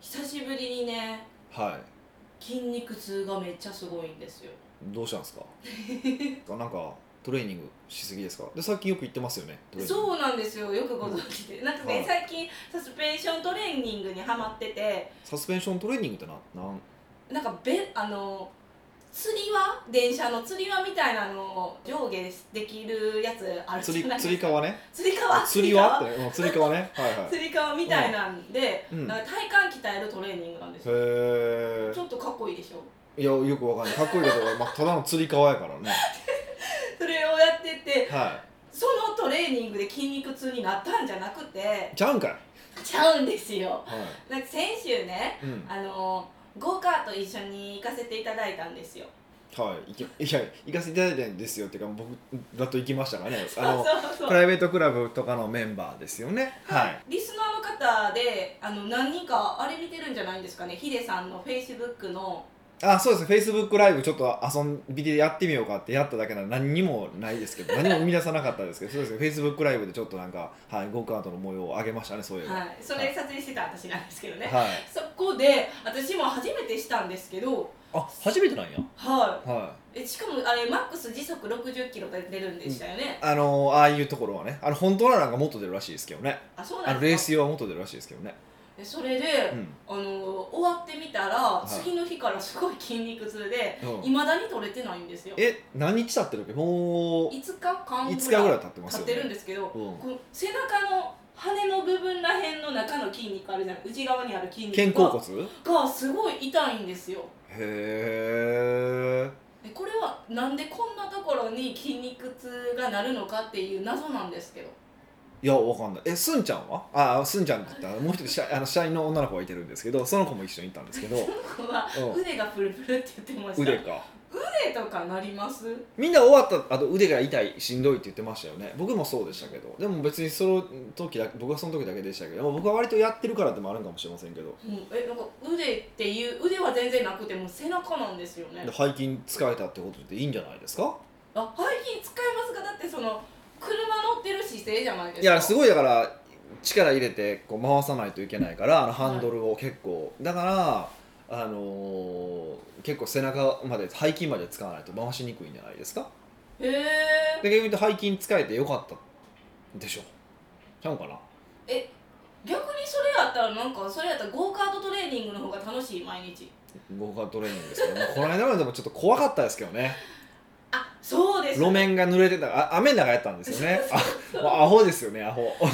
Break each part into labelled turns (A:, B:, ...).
A: 久しぶりにね
B: は
A: 筋肉痛がめっちゃすごいんですよ
B: いどうしたんですか あなんかトレーニングしすぎですかで最近よく行ってますよねトレーニング
A: そうなんですよよくご存知で、なんかね、
B: はい
A: 最近サスペンショントレーニングにハマってて
B: サスペンショントレーニングってななん
A: なんかべあの釣り輪電車の釣り輪みたいなのを上下できるやつある
B: 釣
A: じゃ
B: り
A: ない
B: 釣り革ね
A: 釣り革
B: 釣りはって、うん、釣り革ねはいは い
A: 釣り革みたいなんで、
B: うん
A: なんか体幹鍛えるトレーニングなんですよ
B: へ
A: ちょっとかっこいいでしょ
B: えいやよくわかんないかっこいいけど、まあ、ただの釣り革やから ね
A: それをやってて
B: は
A: そのトレーニングで筋肉痛になったんじゃなくて
B: いちゃうんかい
A: ちゃうんですよ
B: は
A: なんか先週ね
B: い、うん、
A: あのゴーカート一緒に行かせていただいたんですよ
B: はいいけいや行かせていただいたんですよっていうか僕だと行きましたからねあ
A: そう
B: の
A: そう
B: プ
A: そう
B: ライベートクラブとかのメンバーですよねはい
A: リスナーの方であの何人かあれ見てるんじゃないんですかねヒデさんのフェイスブックの
B: あそうですね Facebook ライブちょっと遊びでやってみようかってやっただけなら何にもないですけ ど何も生み出さなかったですけどそうですね Facebook ライブでちょっとなんか、はい、ゴーカートの模様を上げましたねそういえばは
A: はいそれ撮影してた私なんですけど
B: い、
A: ねそこで私も初めてしたんですけど
B: あ初めてなんや
A: は
B: はい
A: えしかもあれマックス時速60キロで出るんでしたよね、
B: あのああいうところはねあの本当はなんかもっと出るらしいですけどね
A: あそう
B: あ
A: な
B: の
A: ん
B: レ
A: で
B: ー
A: す
B: ス用はもっと出るらしいですけどね
A: かでそれで、
B: うん
A: あの終わってみたら、
B: い
A: 次の日からすごい筋肉痛で
B: うん
A: いまだに取れてないんですよ
B: え何日経ってるっけもう
A: 5日間
B: 5日
A: ぐ
B: ぐ
A: ら
B: ら
A: い
B: い経ってま
A: 立
B: すよ
A: って
B: ね
A: るんですけど、
B: うん
A: こう背中の羽の部分らへんの中の筋肉あるじゃない内側にある筋肉
B: 肩甲
A: が
B: 骨へ
A: がすごい痛いんですよ
B: え
A: でこれはなんでこんなところに筋肉痛がなるのかっていう謎なんですけど
B: いやわかんないえすんちゃんはあすんちゃんって言ったらもう一人社あの社員の女の子がいてるんですけどその子も一緒にいたんですけど
A: ここは
B: うん
A: 腕がプルプルって言って ました
B: 腕か
A: 腕とかなります
B: みんな終わったあと腕が痛いしんどいって言ってましたよね僕もそうでしたけどでも別にその時だ僕はその時だけでしたけど僕は割とやってるからでもあるんかもしれませんけど
A: うん、えなんか腕っていう腕は全然なくてもう背中なんですよね
B: で背筋使えたってことでいいんじゃないですか
A: あ背筋使いますかだってその車乗ってる姿勢じゃないですか
B: いやすごいだから力入れてこう回さないといけないからあのハンドルを結構、だからあのー結構背中まで背筋まで使わないと回しにくいんじゃないですか
A: へえ
B: で逆に言うと背筋使えてよかったでしょちゃうかな
A: 逆にそれやったらなんかそれやったらゴーカートトレーニングの方が楽しい毎日
B: ゴーカートレーニングですけど、まあこの間までもちょっと怖かったですけどね
A: あそうです
B: 路面が濡れてたあ雨の中やったんですよねあ、まあ、アホですよねアホ
A: 初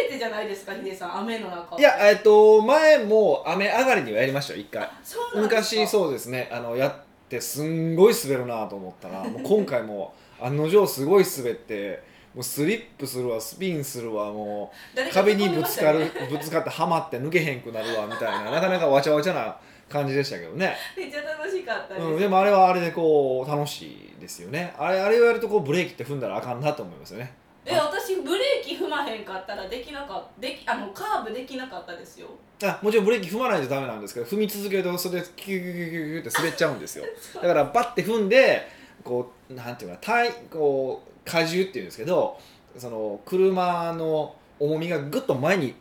A: めてじゃないですかヒデさん雨の中
B: いやえっと前も雨上がりにはやりましたよ一回
A: そうなんですか
B: 昔そうですねあのやってすんごい滑るなと思ったらもう今回も案の定すごい滑ってもうスリップするわスピンするわもう
A: 誰か
B: 壁
A: 突っ
B: に
A: 込んで
B: ぶ
A: ま
B: つ
A: し
B: か
A: た
B: る、
A: ね
B: ぶつかってはまって抜けへんくなるわみたいななかなかわちゃわちゃな感じでしたけどね、
A: めっちゃ楽しかったです、
B: うん、でもあれはあれでこう楽しいですよねあれあれをやるとこうブレーキって踏んだらあかんなと思いますよね
A: え私ブレーキ踏まへんかったらできなかったできあのカーブできなかったですよ
B: あもちろんブレーキ踏まないとダメなんですけど踏み続けるとそれでキュキュキュキュキュって滑っちゃうんですよだからバッて踏んでこうなんていうかな体こう荷重っていうんですけどその車の重みがぐっと前に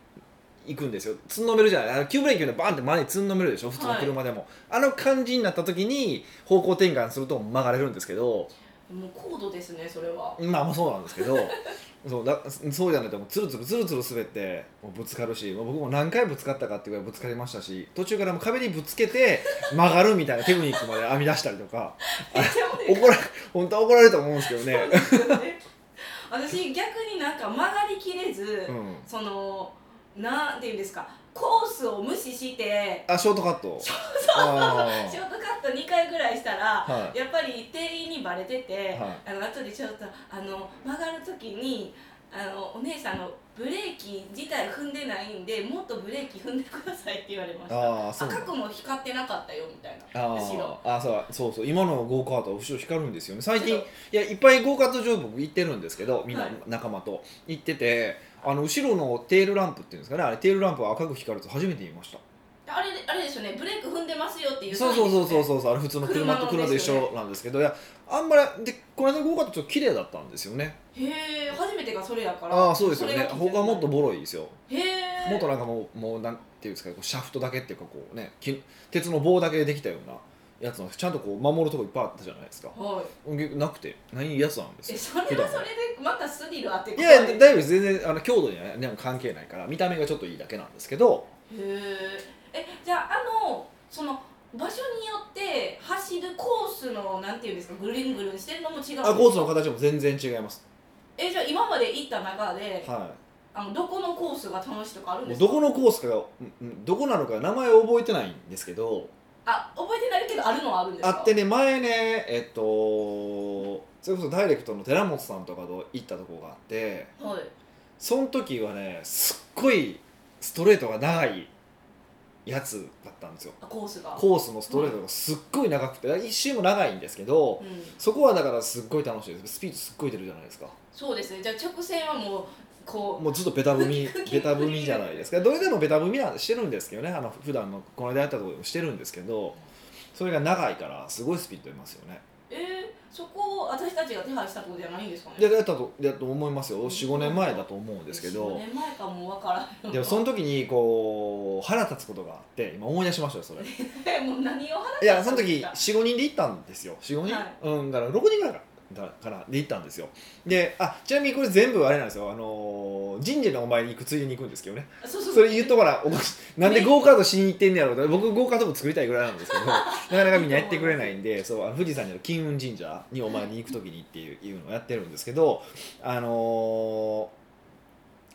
B: 行くんですよつんのめるじゃないあの急ブレーキでバンって前につんのめるでしょ普通の車でも、あの感じになった時に方向転換すると曲がれるんですけど
A: もう高度ですねそれは
B: まあまあそうなんですけど そうだそうじゃないともうつるつるつるつる滑ってもうぶつかるしもう僕も何回ぶつかったかっていうぐらいぶつかりましたし途中からもう壁にぶつけて曲がるみたいなテクニックまで編み出したりと か
A: めっちゃ面白い
B: 怒ら本当は怒られると思うんですけどね。
A: 私逆になんか曲がりきれず、
B: うん、
A: そのなんていうんですかコースを無視して
B: あショートカット
A: ショ
B: あ
A: ショートカット2回ぐらいしたら、
B: ーは
A: やっぱり店員にバレてて、
B: いはい
A: あの後でちょっとあの曲がる時にあのお姉さんのブレーキ自体踏んでないんでもっとブレーキ踏んでくださいって言われました
B: ああそうなんだ
A: 赤くも光ってなかったよみたいな
B: あ
A: 後ろ
B: ーあそうそうそう今のゴーカートは後ろ光るんですよね最近
A: 後ろ
B: いやいっぱいゴーカート場僕行ってるんですけどみん
A: は
B: ない仲間と行っててあの後ろのテールランプっていうんですかねあれテールランプが赤く光ると初めて言いました
A: あれあれですよねブレーキ踏んでますよっていう
B: そうそうそうそう
A: う
B: そうそうあれ普通の車と
A: 車の
B: 車と
A: で
B: 一
A: すよね
B: 緒なんですけどいやあんまりでこの間ゴーカートちょっと綺麗だったんですよね
A: へえ初めてがそれやから
B: ああそうですよ
A: れ
B: ね
A: が気づいて
B: 他はもっとボロいですよ
A: へえはい
B: もっとなんかもうもうなんていうんですかこうシャフトだけっていうかこうねき鉄の棒だけでできたようなやつのちゃんとこう守るとこいっぱいあったじゃないですか
A: はい
B: なくて何やつなんです
A: え
B: よ
A: それはそ
B: 普
A: れ
B: 段
A: で
B: は
A: またスリルあって
B: い
A: 怖
B: や
A: へ
B: 大丈夫です全然あの強度にはね関係ないから見た目がちょっといいだけなんですけど
A: ええじゃああのその場所によって走るコースのなんていうんですかぐるんぐるんしてるのも違うんですか
B: あコースの形も全然違います、
A: えじゃあ今まで行った中で
B: は
A: あのどこのコースが楽しいとかある
B: い、
A: ん
B: も
A: で
B: う
A: すか
B: どこのコースかがうんうんどこなのか名前を覚えてないんですけど
A: あ覚えてないけどあるのはあるんです
B: あ
A: か
B: ってね前ねえっとそれこそダイレクトの寺本さんとかと行ったとこがあって
A: はい
B: その時はねすっごいストレートが長いやつだったんですよ
A: あコースが
B: コースのストレートがすっごい長くて一周も長いんですけど
A: うん、
B: そこはだからすっごい楽しいですスピードすっごい出るじゃないですか
A: そうですねじゃあ直線はもうこ
B: もうずっとベタ踏 み
A: き
B: ベタ踏みじゃないですかどれでもベタ踏みはしてるんですけどねあの普段のこの間やったところでもしてるんですけどそれが長いからすごいスピード出ますよね
A: うえー、そこを私たちが手配したとこじゃないんですかね
B: いやだったとだと思いますよ45年前だと思うんですけ
A: 4
B: ど
A: 年前かもわからんよ
B: でもその時にこう腹立つことがあって今思い出しましたよそれい
A: えもう何を話した
B: やその時45人で行ったんですよ45人、
A: はい
B: うんだから6人ぐらいかだからで行ったんですよであちなみにこれ全部あれなんですよあのー神社のお前に行くついでに行くんですけどね
A: そうそう
B: それ言っとからお前なんでゴーカートしに行ってんねやろうと僕ゴーカートも作りたいぐらいなんですけど なかなかみんなやってくれないんでそうあの富士山にある金運神社にお参りに行く時にっていういうのをやってるんですけどあの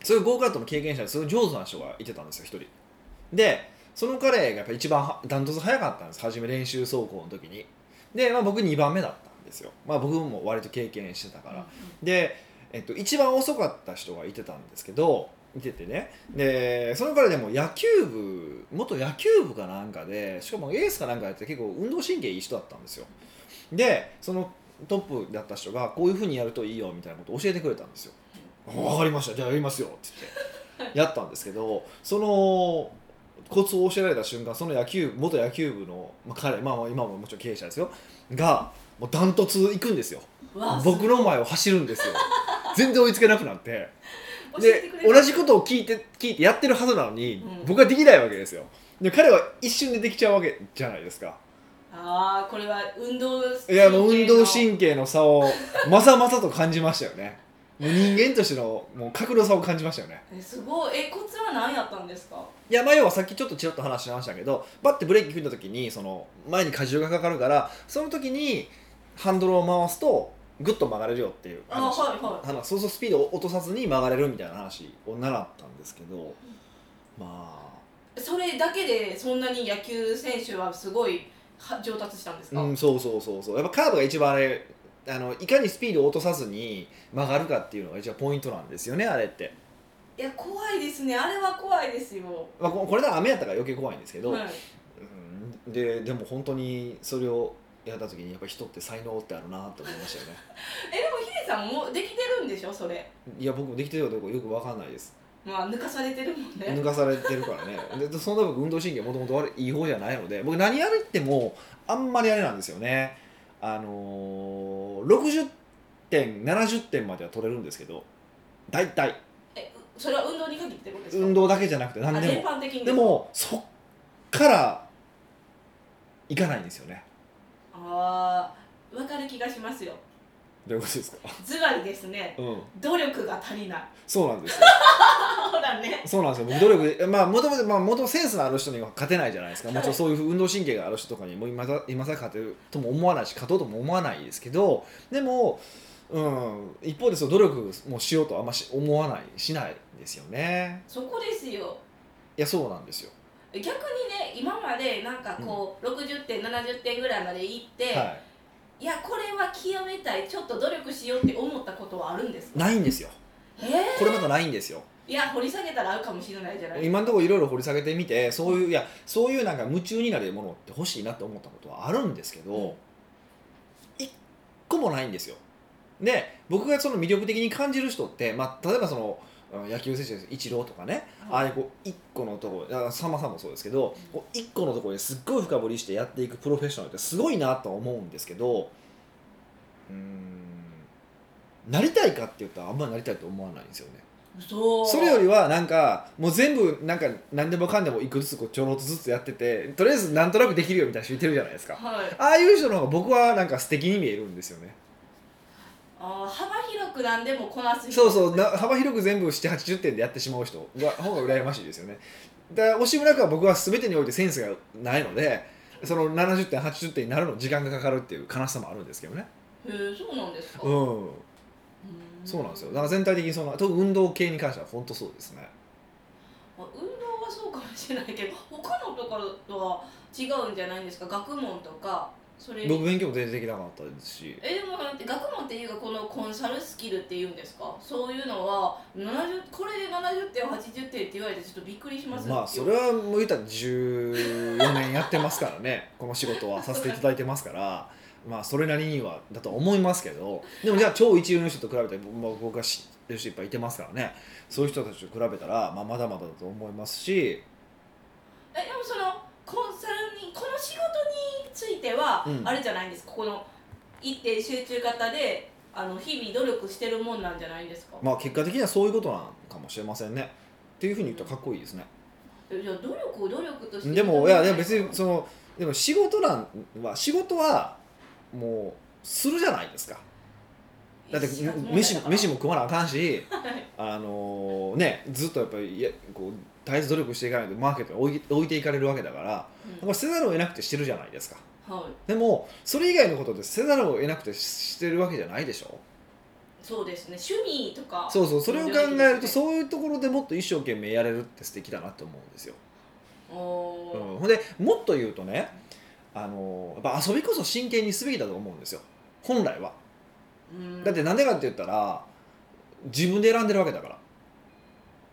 B: ーそういうゴーカートの経験者ですごい上手な人がいてたんですよ一人でその彼がやっぱ一番はダントツ早かったんです初め練習走行の時にで、まあ、僕2番目だったんですよまあ僕も割と経験してたからで、えっと、一番遅かった人がいてたんですけどいててねでそのからでも野球部元野球部かなんかでしかもエースかなんかやって結構運動神経いい人だったんですよでそのトップだった人がこういうふうにやるといいよみたいなことを教えてくれたんですよ「分かりましたじゃあやりますよ」って言ってやったんですけどそのコツを教えられた瞬間その野球元野球部の、まあ、彼、まあ、まあ今ももちろん経営者ですよがもうダントツ行くんですよ
A: うわ
B: 僕の前を走るんです よ全然追いつけなくなって
A: 教えて
B: で
A: くれ
B: 同じこととを聞いて聞いてやってるはずなのに、
A: うん
B: 僕はできないわけですよで彼は一瞬でできちゃうわけじゃないですか
A: ああこれは運動神経
B: いやもう運動神経の差をまざまざと感じましたよねもう人間としてのもう格の差を感じましたよね
A: えすごいえコツは何やったんですか
B: いやまあ要はさっきちょっとちらっと話しましたけどバッてブレーキ踏んだ時にその前に荷重がかかるからその時にハンドルを回すとグッと曲がれるよっていう
A: あ
B: 話
A: はいは
B: 話そうそうスピードを落とさずに曲がれるみたいな話を習ったんですけどま
A: いそれだけでそんなに野球選手はすごいは上達したんです
B: あ、
A: か、
B: う
A: うん
B: ん、そうそうそうそうやっぱカーブが一番あれあのいかにスピードを落とさずに曲がるかっていうのが一番ポイントなんですよねあれって、
A: いや怖いですねあれは怖いですよ、
B: まあ、ここれが雨やったから余計怖いんですけど、
A: はい、
B: うんででも本当にそれをやった時にやっぱ人って才能ってあるなって思いましたよね
A: えでもヒデさんもできてるんでしょそれ
B: いや僕もできてるかどうかよく分かんないです
A: まあ抜かされてるもんね
B: 抜かされてるからね ででそんな僕運動神経もともと悪いいい方じゃないので僕何やるってもあんまりあれなんですよねあのー、60点70点までは取れるんですけど大体
A: えそれは運動に限ってことですか
B: 運動だけじゃなくて何
A: あ
B: で
A: 全
B: も
A: 般的に
B: でもそっからいかないんですよね
A: ああわかる気がしますよ
B: どういうことですか
A: ズバリですね
B: うん
A: 努力が足りない
B: そうなんですよ
A: あほらね
B: そうなんですよ僕努力でまあもともとまあもともとセンスのある人には勝てないじゃないですかもちろんそういう運動神経がある人とかにも今さ今さら勝てるとも思わないし勝とうとも思わないですけどでも、うん、一方でその努力もしようとはあんまし思わないしないですよね
A: そこですよ
B: いやそうなんですよ
A: 逆にね今までなんかこう、60点70点ぐらいまで行って、、
B: はい
A: やこれは極めたいちょっと努力しようって思ったことはあるんです
B: い
A: か
B: ないんですよ
A: えー
B: これまたないんですよ
A: いや掘り下げたら合うかもしれないじゃない
B: 今のところいろいろ掘り下げてみてそういういやそういうなんか夢中になれるものって欲しいなって思ったことはあるんですけ
A: うん
B: ど一個もないんですよで僕がその魅力的に感じる人って、まあ、例えばそのうん野球選手ですイチローとかねああいうこう一個のところあさんまさんもそうですけどこう一個のところですっごい深掘りしてやっていくプロフェッショナルってすごいなとは思うんですけどうーんなりたいかって言ったらあんまりなりたいと思わないんですよね
A: そう
B: それよりはなんかもう全部なんか何でもかんでもいくつこうちょろっとずつやっててとりあえずなんとなくできるよみたいな人いてるじゃないですか
A: はい
B: ああいう人の方が僕はなんか素敵に見えるんですよね
A: あー幅広くなんでもこなす人
B: そうそうな幅広く全部して80点でやってしまう人が方が羨ましいですよねだから惜しむ中は僕は全てにおいてセンスがないのでその70点80点になるの時間がかかるっていう悲しさもあるんですけどね
A: へえそうなんですか、
B: う
A: うん
B: そうなんですよだから全体的にその特に運動系に関しては本当そうですね
A: まあ運動はそうかもしれないけど他のところとは違うんじゃないんですか学問とかそれ
B: 僕勉強も全然できなかったですし
A: えでもだって学問っていうかこのコンサルスキルっていうんですかそういうのは70これで70点80点って言われてちょっとびっくりします
B: まあそれはもう言ったら14年やってますからねこの仕事はさせていただいてますからまあそれなりにはだと思いますけどでもじゃあ超一流の人と比べて僕,、まあ、僕が知ってる人いっぱいいてますからねそういう人たちと比べたら、まあ、まだまだだと思いますし、
A: えでもそのコンサルにこの仕事については、
B: うん
A: あれじゃないんですかここの一定集中型であの日々努力してるもんなんじゃないんですか、
B: まあ、結果的にはそういうことなのかもしれませんねっていうふうに言ったらかっこいいですね
A: えじゃあ努力を努力として
B: でもいやでも別に
A: う
B: そのでも仕事なんは仕事はもうするじゃないですかだって飯飯も食わなあかんし
A: はい
B: あのねずっとやっぱりいやこう絶えず努力していかないとマーケットに置い置いていかれるわけだからやっ
A: うん
B: ぱせざるを得なくてしてるじゃないですか
A: はい
B: でもそれ以外のことでせざるを得なくてししてるわけじゃないでしょ
A: そうですね趣味とか
B: そうそうそれを考える
A: そう
B: とそういうところでもっと一生懸命やれるって素敵だなと思うんですよ、うん、
A: おー
B: ほんでもっと言うとねあのやっぱ遊びこそ真剣にすべきだと思うんですよ本来は
A: うん
B: だってなんでかって言ったら自分で選んでるわけだから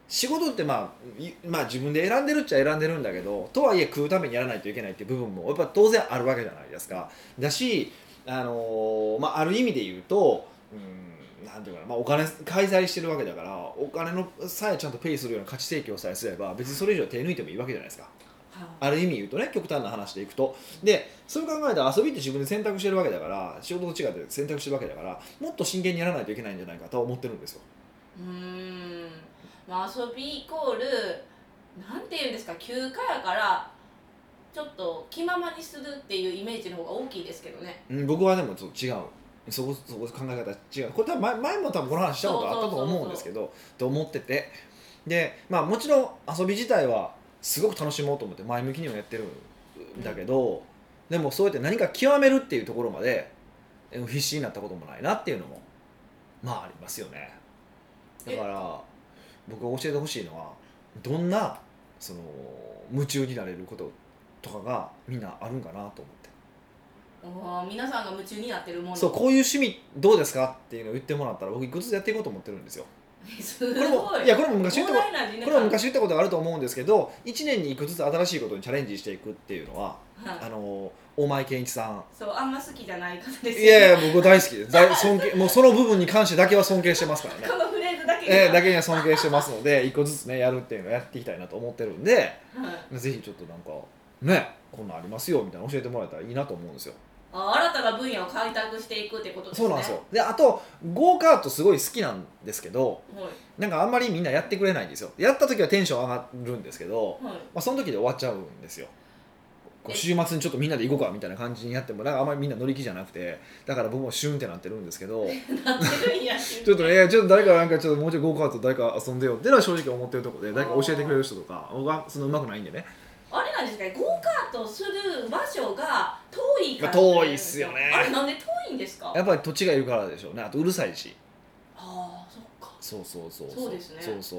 B: 仕事ってまあ、いまあ自分で選んでるっちゃ選んでるんだけどとはいえ食うためにやらないといけないっていう部分もやっぱ当然あるわけじゃないですかだし、あのーまあ、ある意味で言うとうんなんていうかな、まあ、お金介在してるわけだからお金のさえちゃんとペイするような価値提供さえすれば別にそれ以上手抜いてもいいわけじゃないですか
A: はい
B: ある意味言うとね極端な話でいくとでそれ考えたら遊びって自分で選択してるわけだから仕事と違って選択してるわけだからもっと真剣にやらないといけないんじゃないかとは思ってるんですよ
A: うーんまあ遊びイコールなんていうんですか休暇やからちょっと気ままにするっていうイメージの方が大きいですけどね
B: うん僕はでもちょっと違うそこそこ考え方違うこれ多分前前も多分この話したことあったと思うんですけどと思っててでまあもちろん遊び自体はすごく楽しもうと思って前向きにもやってるんだけど、でもそうやって何か極めるっていうところまでえ必死になったこともないなっていうのもまあありますよねだから僕が教えてほしいのはどんなその夢中になれることとかがみんなあるんかなと思って。
A: おー皆さんが夢中になってるもの
B: そうこういう趣味どうですかっていうのを言ってもらったら僕いくつやっていこうと思ってるんですよ。
A: す
B: こ
A: ごい
B: れもいやこれも昔言った
A: 膨
B: こと
A: 大な人
B: これも昔言ったことがあると思うんですけど1年にいくつ新しいことにチャレンジしていくっていうのは
A: はい
B: あの大前健一さん
A: そうあんま好きじゃない方です
B: いやいや僕大好きです大尊敬もうその部分に関してだけは尊敬してますからね
A: このフレーズだけが
B: えーだけには尊敬してますので1個ずつねやるっていうのをやっていきたいなと思ってるんで
A: はい
B: ぜひちょっとなんかねこんなんありますよみたいなの教えてもらえたらいいなと思うんですよ。
A: あ新たな分野を開拓していくってことですね
B: そうなんですよであとゴーカートすごい好きなんですけど
A: はい
B: なんかあんまりみんなやってくれないんですよやった時はテンション上がるんですけど、
A: はい
B: まあ、その時で終わっちゃうんですよこう
A: え
B: 週末にちょっとみんなで行こうかみたいな感じにやってもなんかあんまりみんな乗り気じゃなくてだから僕もシュンってなってるんですけど
A: なってるんやっていう
B: ちょっとねちょっと誰かなんかちょっともうちょいゴーカート誰か遊んでよっていうのは正直思ってるとこで誰か教えてくれる人とか僕はそのうまくないんでね、
A: あれなんですかねゴーカートする場所が遠いから
B: まあ遠いっすよね
A: あれなんで遠いんですか
B: やっぱり土地がいるからでしょうねあとうるさいし
A: ああそっか
B: そうそうそう
A: そうですね
B: そうそ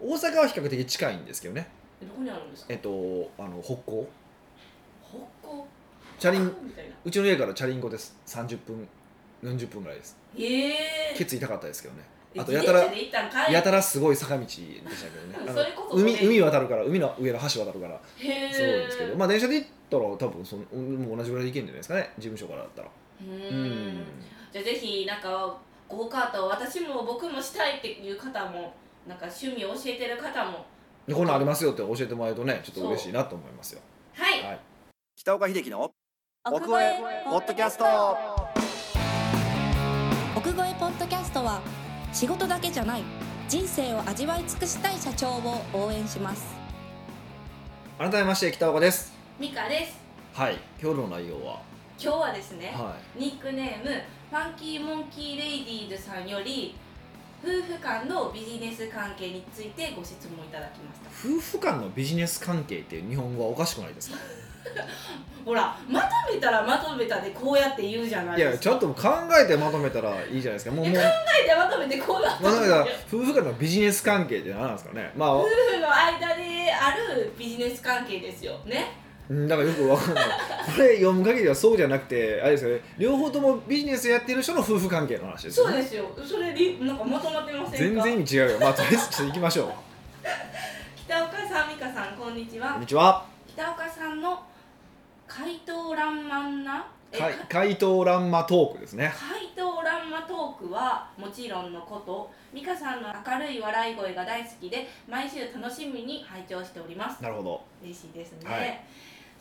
B: う大阪は比較的近いんですけどね
A: どこにあるんですか
B: えっとあの北港
A: 北港
B: チャリン
A: みたいな
B: うちの家からチャリンコです30分40分ぐらいです
A: ええ
B: ケツ痛かったですけどね
A: ー、
B: あとやたら
A: 自転車で行ったんかい
B: やたらすごい坂道でしたけどねあの
A: それこそね
B: 海海渡るから海の上の橋渡るから
A: へえ
B: すごいんですけどまあ電車で行ったら多分そのもう同じぐらいで行けるんじゃないですかね事務所からだったら
A: う
B: う
A: ー
B: ん
A: んじゃあぜひなんかゴーカートを私も僕もしたいっていう方もなんか趣味を教えてる方も
B: でこんなんありますよって教えてもらえるとねちょっと嬉しいなと思いますよ
A: はい
B: はい北岡秀樹の
C: 奥越えポッドキャスト奥越えポッドキャストは仕事だけじゃない
D: 人生を味わい尽くしたい社長を応援します
B: 改めまして北岡です
A: ミカです
B: はい今日の内容は
A: 今日はですね、
B: は
A: ニックネームファンキーモンキーレイディーズさんより夫婦間のビジネス関係についてご質問いただきました
B: い夫婦間のビジネス関係っていう日本語はおかしくないですか
A: ほらまとめたらまとめたでこうやって言うじゃない
B: い
A: ですか
B: やちょっともう考えてまとめたらいいじゃないですかもうも
A: い
B: う
A: や考えてまとめてこうなったん
B: まあ、だ
A: で
B: か
A: すよ
B: ら夫婦間のビジネス関係って何なんですかねま
A: 夫
B: あ
A: 婦の間であるビジネス関係ですよね
B: うんだからよくわかんないこれ読む限りはそうじゃなくてあれですよね両方ともビジネスやってる人の夫婦関係の話です
A: そ
B: よ
A: う
B: ね
A: ですよそれでなんかまとまってません
B: 全
A: か
B: 然意味違うよまあとりあえずちょっと行きましょう
A: 北岡さん美香さんこんにち
B: こん
A: は
B: にちは
A: 北岡さんの怪盗らんまんなえ
B: か怪盗乱魔トークですね
A: 怪盗らんまトークはもちろんのこと美香さんの明るい笑い声が大好きで毎週楽しみに拝聴しております
B: なるほど
A: 嬉しいですね、
B: はい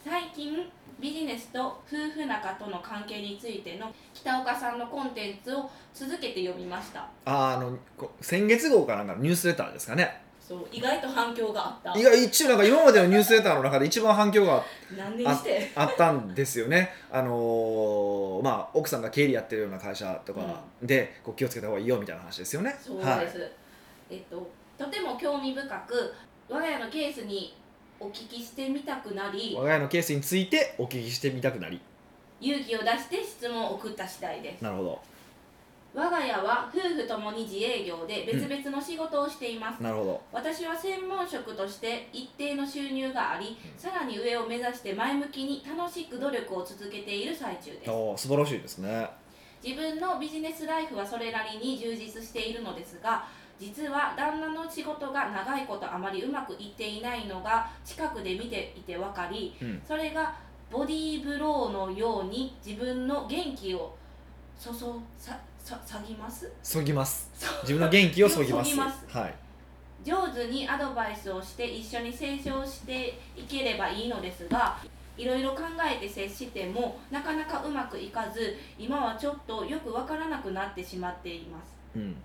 A: 最近ビジネスと夫婦仲との関係についての北岡さんのコンテンツを続けて読みました
B: あーあのこ先月号かなんかのニュースレターですかね
A: そう意外と反響があった
B: いや一応なんか今までのニュースレターの中で一番反響が
A: 何年して
B: あったんですよね、あのーまあ、奥さんが経理やってるような会社とかで、こう気をつけた方がいいよみたいな話ですよね。
A: そう
B: は
A: で
B: い
A: す、えっととても興味深く我が家のケースにお聞きしてみたくなり
B: 我が家のケースについてお聞きしてみたくなり
A: 勇気を出して質問を送った次第です
B: なるほ
A: 我が家は夫婦ともに自営業で別々の仕事をしています、
B: どなるほ
A: 私は専門職として一定の収入がありさらに上を目指して前向きに楽しく努力を続けている最中です
B: どおー素晴らしいですね
A: 自分のビジネスライフはそれなりに充実しているのですが実は旦那の仕事が長いことあまりうまくいっていないのが近くで見ていて分かり、
B: うん
A: それがボディーブローのように自分の元気を注さささぎます
B: そぎます
A: そ
B: 自分の元気をそぎます
A: そぎます
B: はい、
A: 上手にアドバイスをして一緒に成長していければいいのですがいろいろ考えて接してもなかなかうまくいかず今はちょっとよくわからなくなってしまっています
B: うん、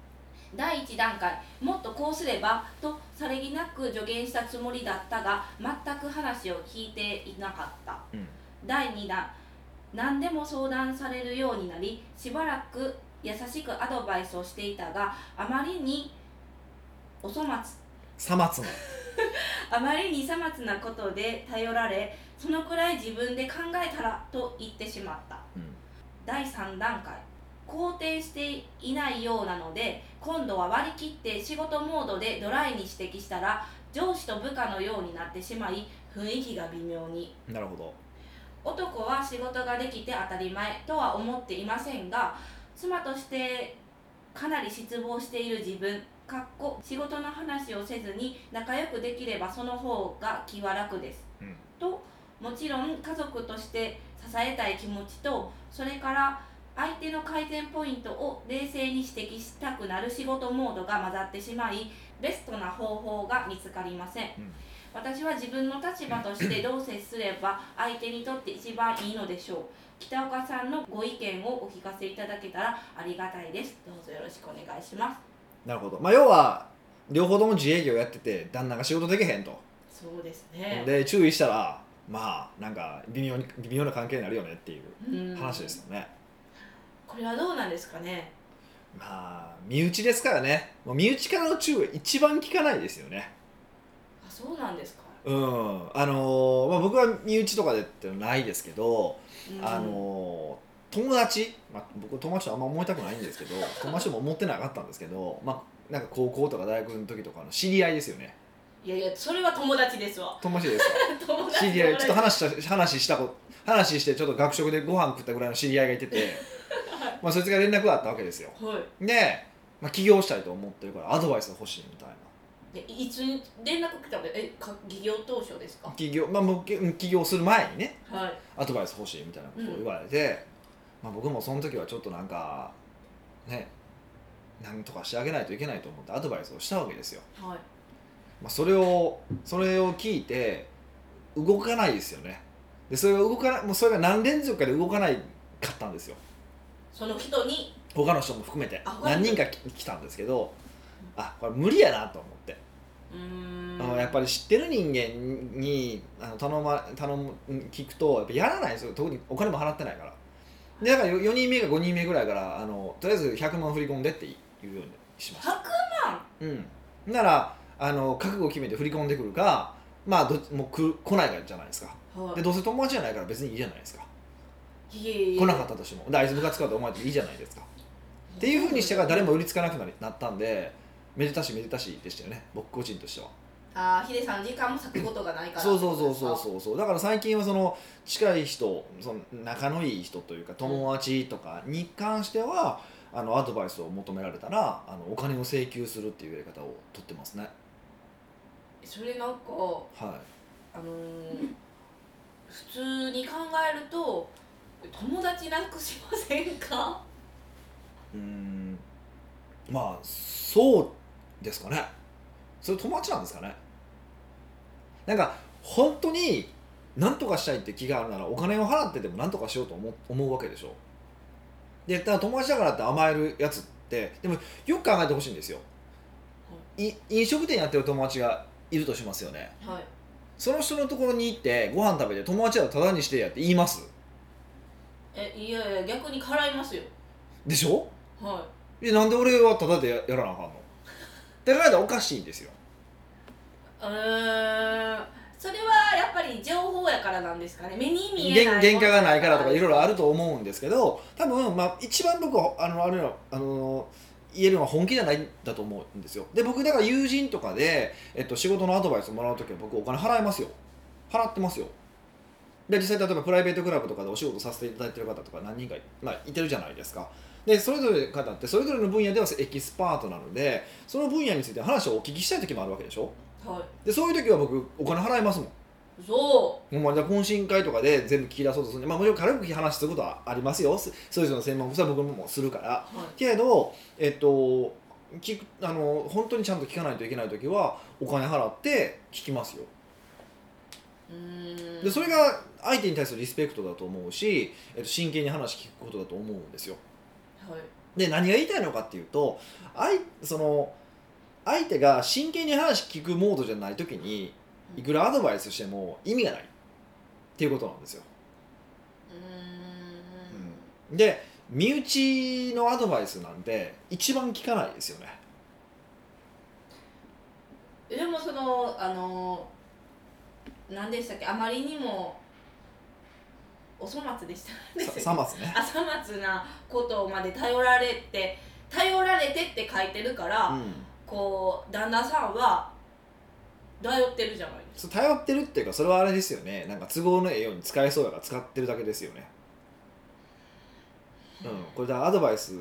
A: 第1段階もっとこうすればとさりげなく助言したつもりだったが全く話を聞いていなかった、
B: うん
A: 第2弾何でも相談されるようになりしばらく優しくアドバイスをしていたがあまりにお粗末
B: さまつの
A: あまりにさまつなことで頼られそのくらい自分で考えたらと言ってしまった
B: うん
A: 第3段階肯定していないようなので今度は割り切って仕事モードでドライに指摘したら上司と部下のようになってしまい雰囲気が微妙に
B: なるほど
A: 男は仕事ができて当たり前とは思っていませんが妻としてかなり失望している自分かっこ仕事の話をせずに仲良くできればその方が気は楽です、
B: うん
A: ともちろん家族として支えたい気持ちとそれから相手の改善ポイントを冷静に指摘したくなる仕事モードが混ざってしまいベストな方法が見つかりません私は自分の立場と してどう接すれば相手にとって一番いいのでしょう北岡さんのご意見をお聞かせいただけたらありがたいですどうぞよろしくお願いしま
B: なるほどまあ要は両方とも自営業やってて旦那が仕事できへんと
A: すそうですね
B: で注意したらまあなんか微妙に微妙な関係になるよねっていう
A: うん
B: 話ですよね、
A: これはどうなんですかね
B: まあ身内ですからねもう身内からの注意は一番効かないですよね
A: あそうなんですか、
B: うんあのーまあ、僕は身内とかでってのはないですけど、
A: うん
B: あのー友達、まあ、僕友達とあんま思いたくないんで すけど友達とも思ってなかったんですけど、まあ、なんか高校とか大学の時とかの知り合いですよね
A: いやいやそれは友達ですわ
B: 友達ですか
A: 友達
B: 知り合いちょっ
A: 友
B: と
A: 達
B: 話した話したこと話してちょっと学食でご飯食ったぐらいの知り合いがいて て、まあ、そいつが連絡があったわけですよ
A: はい
B: で、まあ、起業したいと思ってるからアドバイスが欲しいみたいな
A: でいいつ連絡来たのえか企業当初ですか
B: 起業まあもうけ起業する前にね
A: はい
B: アドバイス欲しいみたいなことを言われて、まあ、僕もその時はちょっとなんかねなんとかしてあげないといけないと思ってアドバイスをしたわけですよ、
A: はい
B: まあ、それをそれを聞いて動かないですよねでそれが動かないもうそれが何連続かで動かないかったんですよ
A: その人に
B: 他の人も含めて
A: あ他の
B: 何
A: 人
B: 人か来来たんですけどあこれ無理やなと思って、
A: うー
B: あ
A: ん
B: のやっぱり知ってる人間にあの頼ま頼む聞くとやっぱやらないですよ特にお金も払ってないからでだから4人目か5人目ぐらいからあのとりあえず100万振り込んでって言うようにしました
A: 100万
B: うんならあの覚悟を決めて振り込んでくるかまあどっちもう来来ないじゃないですか
A: は
B: でどうせ友達じゃないから別にいいじゃないですか
A: いいえいえ
B: 来なかったとしてもであいつ部活使うと思われていいじゃないですかっていうふうにしてから誰も売りつかなくなりなったんでめでたしめでたしでしたよね僕個人としては
A: ああヒデさん時間も割くことがないから
B: そうそうそうそう
A: う
B: そうそうだから最近はその近い人その仲のいい人というか友達とかに関してはあのアドバイスを求められたらあのお金を請求するっていうやり方をとってますね
A: それなんか
B: は
A: あのー普通に考えると友達なくしませんか
B: いうーんまあそうですかねそれ友達なんですかねなんか本当に何とかしたいって気があるならお金を払ってでも何とかしようと思う思うわけでしょでただ友達だからって甘えるやつってでもよく考えてほしいんですよい飲食店やってる友達がいるとしますよね
A: はい
B: その人のところに行ってご飯食べて友達だとタダにしてやって言います
A: えいやいや逆に払いますよ
B: でしょ
A: は
B: えなんで俺はタダでややらなあかんのって考えたらおかしいんですよ
A: いうーんそれはやっぱり情報やからなんですかね目に見えな
B: 原
A: い
B: 原価がないからとかいろいろあ
A: る
B: ると思うんですけど多分、まあ、一番僕はあのあれのあの言えるのは本気じゃないんだと思うんですよで僕だから友人とかで、えっと、仕事のアドバイスをもらう時は僕お金払いますよ払ってますよで実際例えばプライベートクラブとかでお仕事させていただいてる方とか何人かい,、まあ、いてるじゃないですかでそれぞれの方ってそれぞれの分野ではエキスパートなのでその分野について話をお聞きしたい時もあるわけでしょ
A: は
B: でそういう時は僕お金払いますもん
A: いそ
B: ほんまにだから懇親会とかで全部聞き出そうとするんで、まあ、もちろん軽く話することはありますよそそれぞれの専門家は僕もするから
A: うはい
B: けど、えっと、聞くあの本当にちゃんと聞かないといけない時はお金払って聞きますよ
A: うーん
B: でそれが相手に対するリスペクトだと思うし、えっと、真剣に話聞くことだと思うんですよ
A: はい
B: で何が言いたいのかっていうとあいその相手が真剣に話聞くモードじゃない時にいくらアドバイスしても意味がないっていうことなんですよ
A: うー
B: で身内のアドバイスなんて一番聞かないですよね
A: んでもそのあの何でしたっけあまりにもお粗末でした
B: ささますね
A: あさまつなことまで頼られて頼られてって書いてるから、
B: うん
A: こう旦那さんは頼ってるじゃないですか
B: そう頼ってるっていうかそれはあれですよねなんか都合のええように使えそうやから使ってるだけですよねうんこれだからアドバイス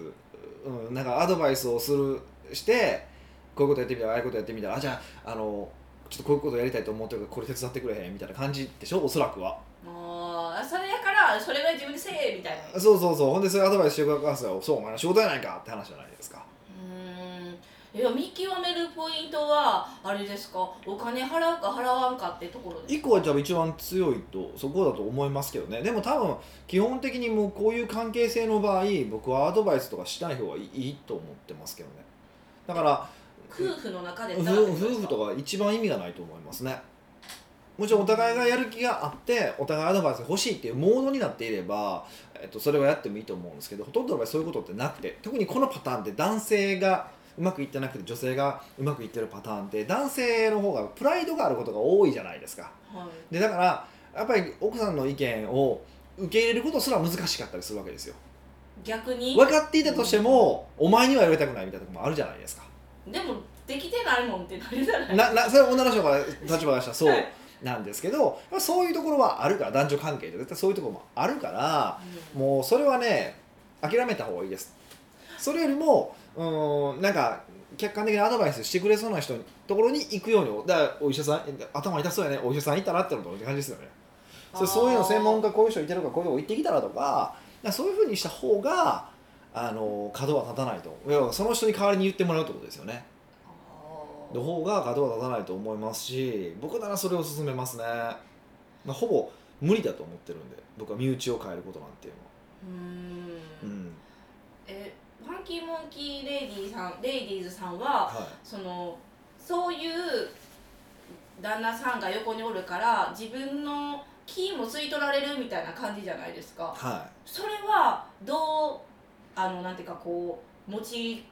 B: うんなんかアドバイスをするしてこういうことやってみたらああいうことやってみたらあじゃああのちょっとこういうことやりたいと思ってるからこれ手伝ってくれへんみたいな感じでしょおそらくは
A: あーそれやからそれが自分でせえみたいなう
B: そうそうそうほんでそういうアドバイスしてくださいそうお前の仕事やないかって話じゃないですか
A: ーんいや見極めるポイントはあれですかお金払うか払わんかってところです
B: 以降は多分一番強いとそこだと思いますけどねでも多分基本的にもうこういう関係性の場合僕はアドバイスとかしない方がいいと思ってますけどねだから
A: 夫婦の中で
B: 夫夫婦とか一番意味がないと思いますねもちろんお互いがやる気があってお互いアドバイス欲しいっていうモードになっていれば、えっと、それはやってもいいと思うんですけどほとんどの場合そういうことってなくて特にこのパターンって男性がうまくいってなくて女性がうまくいってるパターンって男性の方がプライドがあることが多いじゃないですか
A: か、はい、
B: でだからやっぱり奥さんの意見を受け入れることすら難しかったりするわけですよ
A: 逆に
B: 分かっていたとしてもお前には言われたくないみたいなところもあるじゃないですか
A: でもできてないもんってなるじゃない
B: ななそれは女の人から立場がしたらそう
A: はい
B: なんですけどやっぱそういうところはあるから男女関係で絶対そういうところもあるから
A: うん
B: もうそれはね諦めた方がいいですそれよりもうーんなんか客観的なアドバイスしてくれそうな人のところに行くようにだからお医者さん頭痛そうやねお医者さんいたらってのと同じ感じですよねそ
A: あー
B: うそういうの専門家こういう人いてるからこういうとこ行ってきたらとかなんかそういうふうにした方があの角は立たないと要はその人に代わりに言ってもらうってことですよね
A: あー
B: の方が角は立たないと思いますし僕ならそれを勧めますね、まあ、ほぼ無理だと思ってるんで僕は身内を変えることなんていうのは
A: うーん
B: うん
A: えファンキーモンキーレイディーさんレイディーズさんは
B: は
A: そのそういう旦那さんが横におるから自分のキーも吸い取られるみたいな感じじゃないですか
B: い、は
A: それはどうあのなんていうかこう持ち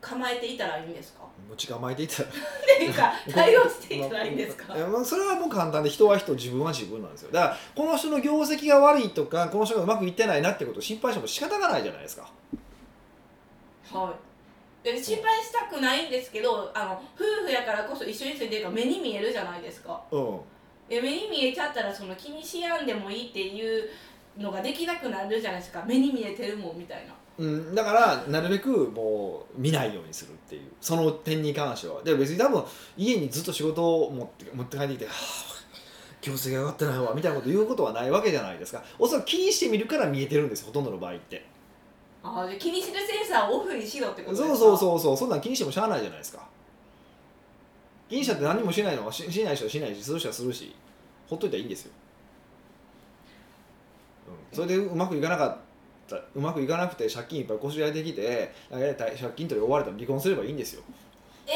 A: 構えていたらいいんですか
B: い、持ち構えていたら
A: っていう か対応していたらいいんですか
B: いやまあそれはもう簡単で人は人自分は自分なんですよだからこの人の業績が悪いとかこの人がうまくいってないなってことを心配しても仕方がないじゃないですか
A: はいで心配したくないんですけどあの夫婦やからこそ一緒に住んでるから目に見えるじゃないですか
B: うん
A: で目に見えちゃったらその気にしやんでもいいっていうのができなくなるじゃないですか目に見えてるもんみたいな
B: うん、だからなるべくもう見ないようにするっていうその点に関してはで別に多分家にずっと仕事を持って持って帰ってきて「はあ業績が上がってないわ」みたいなこと言うことはないわけじゃないですかおそらく気にしてみるから見えてるんですほとんどの場合って
A: あーじゃあ気にするセンサーをオフにしろってことですか
B: そうそう
A: う
B: そうそうそんなん気にしてもしゃあないじゃないですか気にしたって何もしないのはししない人はしないしする人はするしほっといたらいいんですよ、うん、それでうまくいかなかったうまくいかなくて借金いっぱいこしらえてきてなんかえらい借金取り追われたら離婚すればいいんですよ
A: え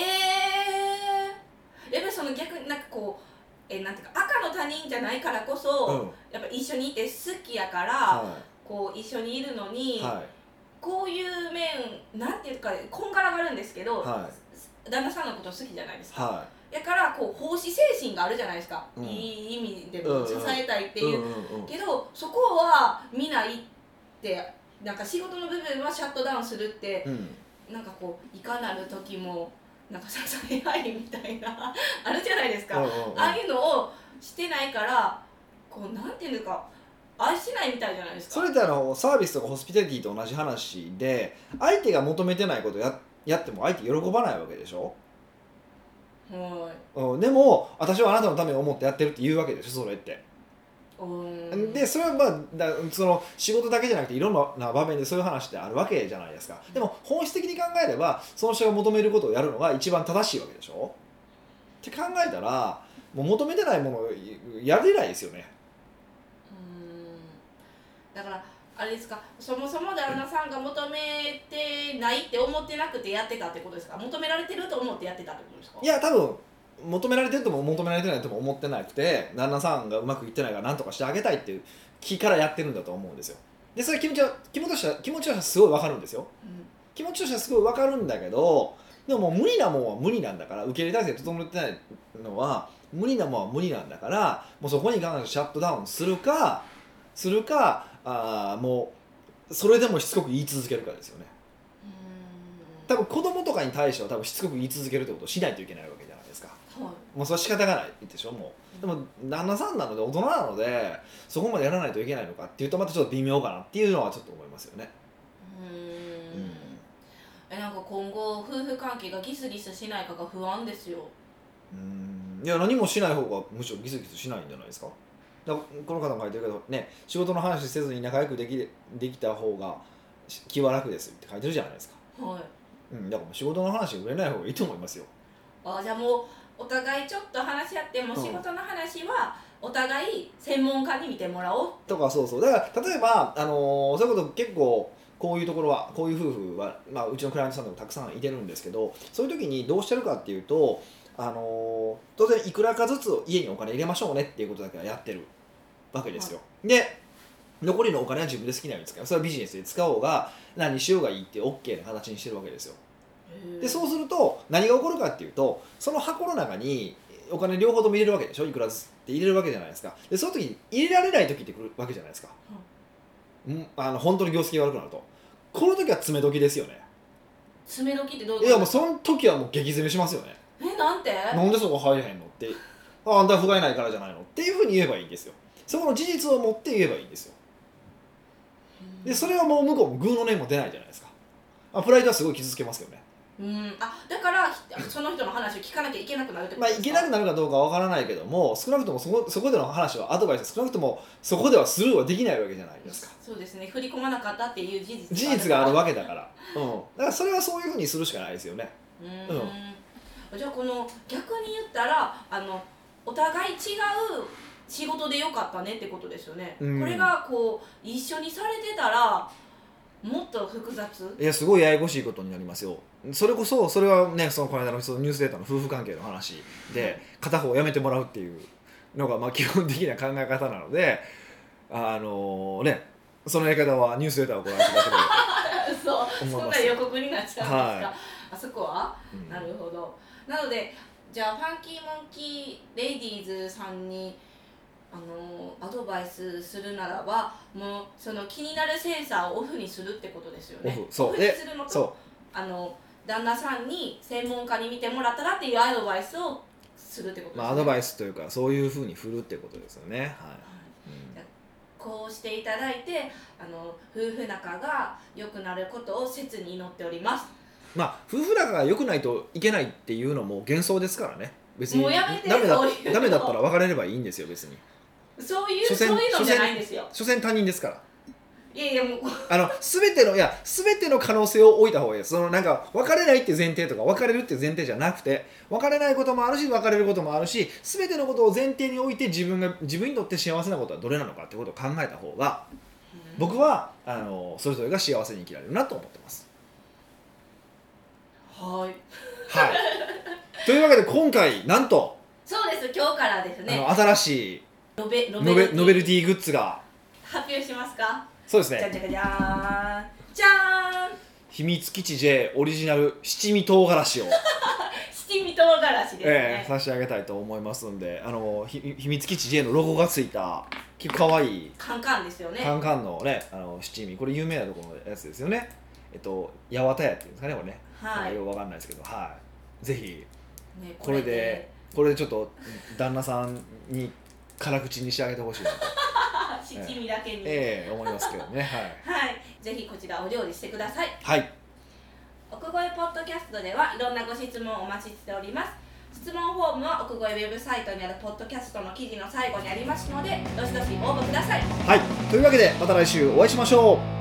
A: えー、やっぱりその逆になんかこうえなんていうか赤の他人じゃないからこそ、
B: うん
A: やっぱ一緒にいて好きやから、
B: は
A: こう一緒にいるのに、
B: いは
A: こういう面なんていうかこんがらがるんですけど、
B: いはい
A: 旦那さんのこと好きじゃないですか、
B: は
A: だからこう奉仕精神があるじゃないですか、
B: うん
A: いい意味で
B: うんう
A: も
B: ん
A: 支えたいって
B: い
A: いう、
B: うんうんうん
A: けどそこは見ないってなんか仕事の部分はシャットダウンするって
B: うん
A: なんかこういかなる時もなんか支え合いみたいな あるじゃないですか、
B: うんうんうん
A: ああいうのをしてないからこうなんていうのか愛してないみたいじゃないですか
B: それってあのサービスとかホスピタリティと同じ話で相手が求めてないことややっても相手喜ばないわけでしょ
A: は
B: うん、でも私はあなたのために思ってやってるって言うわけでしょそれって。
A: いうん
B: でそれはまあだその仕事だけじゃなくていろんな場面でそういう話ってあるわけじゃないですかでも本質的に考えればその人が求めることをやるのが一番正しいわけでしょって考えたらもう求めてないものをやれないですよね。
A: うんだからあれですかそもそも旦那さんが求めてないって思ってなくてやってたってことですか求められてると思ってやってたってことですか
B: いや多分求められてるとも求められてないとも思ってなくて旦那さんがうまくいってないからなんとかしてあげたいっていう気からやってるんだと思うんですよ。でそれ気持ちは気持ちとしては気持ちとしてはすごいわかるんですよ。
A: うん
B: 気持ちとしてはすごいわかるんだけどでももう無理なもんは無理なんだから受け入れ体制整ってないのは無理なもんは無理なんだからもうそこに関してシャットダウンするかするかあーもうそれでもしつこく言い続けるかですよね多分子供とかに対しては多分しつこく言い続けるってことをしないといけないわけじゃないですか
A: はい
B: もうそれは仕方がないでしょもうでも旦那さんなので大人なのでそこまでやらないといけないのかっていうとまたちょっと微妙かなっていうのはちょっと思いますよね
A: うんえなんか今後夫婦関係がギスギスしないかが不安ですよ
B: うんいや何もしない方がむしろギスギスしないんじゃないですかだからこの方も書いてるけどね仕事の話せずに仲良くできできた方がし気は楽ですって書いてるじゃないですか、
A: はい
B: うん、だからもう仕事の話売れない方がいいと思いますよ
A: あじゃあもうお互いちょっと話し合っても
B: うん
A: 仕事の話はお互い専門家に見てもらおう
B: とかそうそうだから例えば、あのーそういうこと結構こういうところはこういう夫婦は、まあ、うちのクライアントさんでもたくさんいてるんですけどそういう時にどうしてるかっていうと、あのー当然いくらかずつ家にお金入れましょうねっていうことだけはやってるわけですよ。で残りのお金は自分で好きなように使うそれはビジネスで使おうが何にしようがいいって OK な形にしてるわけですよ。でそう
A: う
B: すると何が起こるかっていうとその箱の中にお金両方とも入れるわけでしょいくらずつって入れるわけじゃないですかでその時に入れられない時ってくるわけじゃないですか、うん、あの本当に業績が悪くなるとこの時は詰め時ですよね
A: 爪のきってどう
B: いやもうその時はもう激詰めしますよね
A: えなんて
B: なんでそこ入れへんのってああんた不甲斐ないからじゃないのっていうふうに言えばいいんですよそこの事実を持って言えばいいんですよでそれはもう向こうもグーの音も出ないじゃないですかあプライドはすごい傷つけますけどね
A: うん、あだからひその人の話を聞かなきゃいけなくなるってこ
B: ま
A: と
B: あ、
A: です
B: いけ
A: か、
B: なくなるかどうかわからないけども少なくともそこそこでの話はアドバイス少なくともそこではスルーはできないわけじゃないですか
A: そうですね振り込まなかったっていう事実
B: 事実がある
A: わ
B: わけだから、うん、だからそれはそういうふうにするしかないですよね
A: うんじゃあこの逆に言ったらあのお互い違う仕事でよかったねってことですよね、
B: うん
A: これがこう一緒にされてたらもっと複 雑
B: いやすごいややこしいことになりますよそれこそそれはねそのこの間のそのニュースデータの夫婦関係の話で片方をやめてもらうっていうのがまあ基本的な考え方なのであのねそのやり方はニュースデータをご覧くださ
A: そう
B: い
A: そ
B: と
A: ん
B: 思いま
A: な
B: す
A: 予告になっちゃうんですか、
B: は
A: あそこは
B: うん
A: なるほどなのでじゃあファンキーモンキーレイディーズさんにあのアドバイスするならばもうその気になるセンサーをオフにするってことですよ
B: オ
A: ね
B: フそう
A: に
B: です
A: るのと
B: そ
A: あの旦那さんに専門家に見てもらったらっていうアドバイスをするってことで
B: う、
A: すね、
B: まあ、アドバ
A: イス
B: イスというかそういうふうに振るってことですよねはい、うん
A: こうしていただいてあの夫婦仲が良くなることを切に祈っております
B: まあ夫婦仲が良くないといけないっていうのも幻想ですからね別に
A: もうやめて
B: ダメだ
A: そういうの
B: ダメだったら別れればいいんですよ別に
A: そういう
B: 所詮
A: そういうのじゃないんですよ
B: 所詮他人ですから
A: いやいやもう
B: あの全てのいや全ての可能性を置いた方がいいですそのなんか別れないっていう前提とか別れるっていう前提じゃなくて別れないこともあるし別れることもあるし全てのことを前提に置いて自分が自分にとって幸せなことはどれなのかってことを考えた方が僕はあのそれぞれが幸せに生きられるなと思ってます。
A: はい
B: はい、というわけで今回なんと、
A: そうです今日からです
B: あ
A: ね
B: の新しい
A: ノベノ
B: ノベノベル
A: テ
B: ティグッズが
A: 発表しますか
B: そうです
A: じゃん
B: ね
A: じゃかじゃーんじゃーん
B: 秘密基地 J オリジナル七味唐辛 子を、
A: 七味唐辛子です
B: えー
A: ね、
B: 差し上げたいと思いますんであのひ秘密基地 J のロゴがついた結構かわいい
A: カンカンですよね
B: カンカンのねあの七味これ有名なところのやつですよねえっと八幡屋っていうんですかねこれね、
A: はい
B: よくわかんないですけどはいぜひ
A: ね
B: これでこれでちょっと旦那さんに辛口にしてあげてほしいなと、
A: あ七味だけに、
B: ええ思いますけどねはい
A: はいぜひこちらお料理してください
B: はい
A: 奥越ポッドキャストではいろんなご質問をお待ちしております質問フォームは奥越ウェブサイトにあるポッドキャストの記事の最後にありますのでどしどし応募ください
B: はいというわけでまた来週お会いしましょう